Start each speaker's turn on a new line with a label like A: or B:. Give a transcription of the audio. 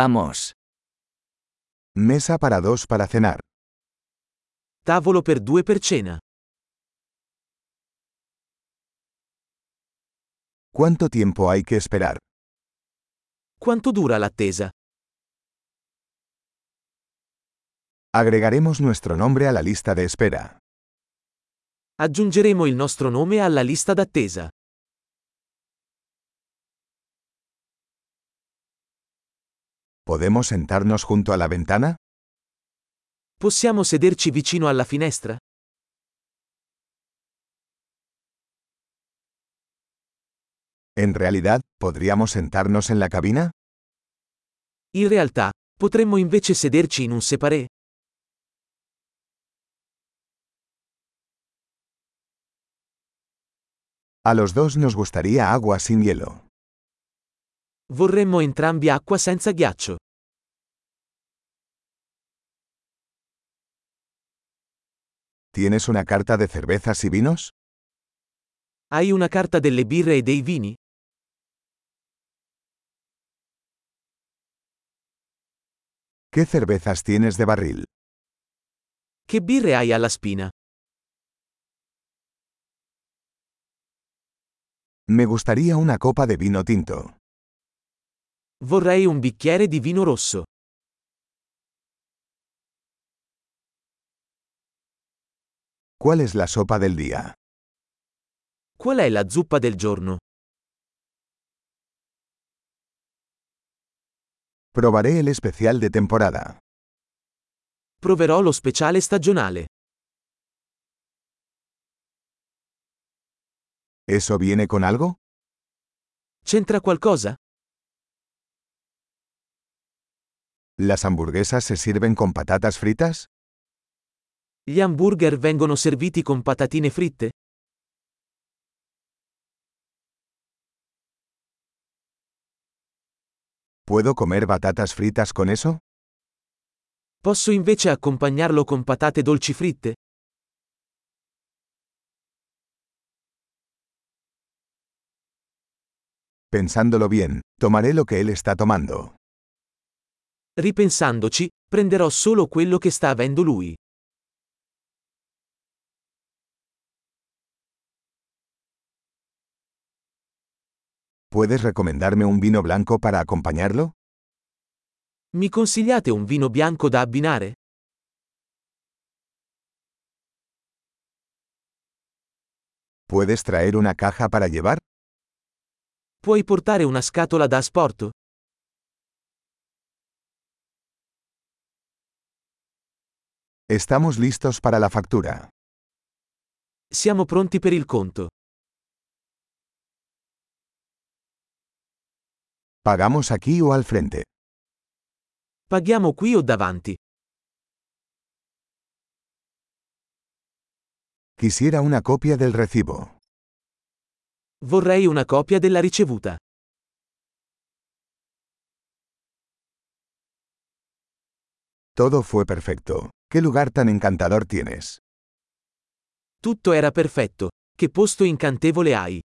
A: Vamos.
B: Mesa para dos para cenar.
C: Tavolo per due per cena.
B: ¿Cuánto tiempo hay que esperar?
C: Quanto dura l'attesa?
B: Agregaremos nuestro nombre a la lista de espera.
C: Aggiungeremo il nostro nome alla lista d'attesa.
B: ¿Podemos sentarnos junto a la ventana?
C: Possiamo sederci vicino alla finestra?
B: En realidad, ¿podríamos sentarnos en la cabina?
C: In realtà, potremmo invece sederci in un separé.
B: A los dos nos gustaría agua sin hielo.
C: Vorremmo entrambi acqua senza ghiaccio.
B: ¿Tienes una carta de cervezas y vinos?
C: Hai una carta delle birre e dei vini?
B: ¿Qué cervezas tienes de barril?
C: Che birre hai alla spina?
B: Me gustaría una copa de vino tinto.
C: Vorrei un bicchiere di vino rosso.
B: ¿Cuál es la sopa del día?
C: Qual è la zuppa del giorno?
B: Probaré el especial de temporada.
C: Proverò lo speciale stagionale.
B: ¿Eso viene con algo?
C: C'entra qualcosa?
B: ¿Las hamburguesas se sirven con patatas fritas?
C: Gli hamburger vengono serviti con patatine fritte?
B: ¿Puedo comer batatas fritas con eso?
C: Posso invece accompagnarlo con patate dolci fritte?
B: Pensándolo bien, tomaré lo que él está tomando.
C: Ripensandoci, prenderò solo quello che sta avendo lui.
B: ¿Puedes recomendarme un vino blanco para acompañarlo?
C: Mi consigliate un vino bianco da abbinare?
B: ¿Puedes traer una caja para llevar?
C: Puoi portare una scatola da asporto?
B: Estamos listos para la factura.
C: Siamo pronti per il conto.
B: ¿Pagamos aquí o al frente?
C: Paghiamo qui o davanti?
B: Quisiera una copia del recibo.
C: Vorrei una copia della ricevuta.
B: Todo fue perfecto. ¿Qué lugar tan encantador tienes?
C: Tutto era perfetto. Che posto incantevole hai!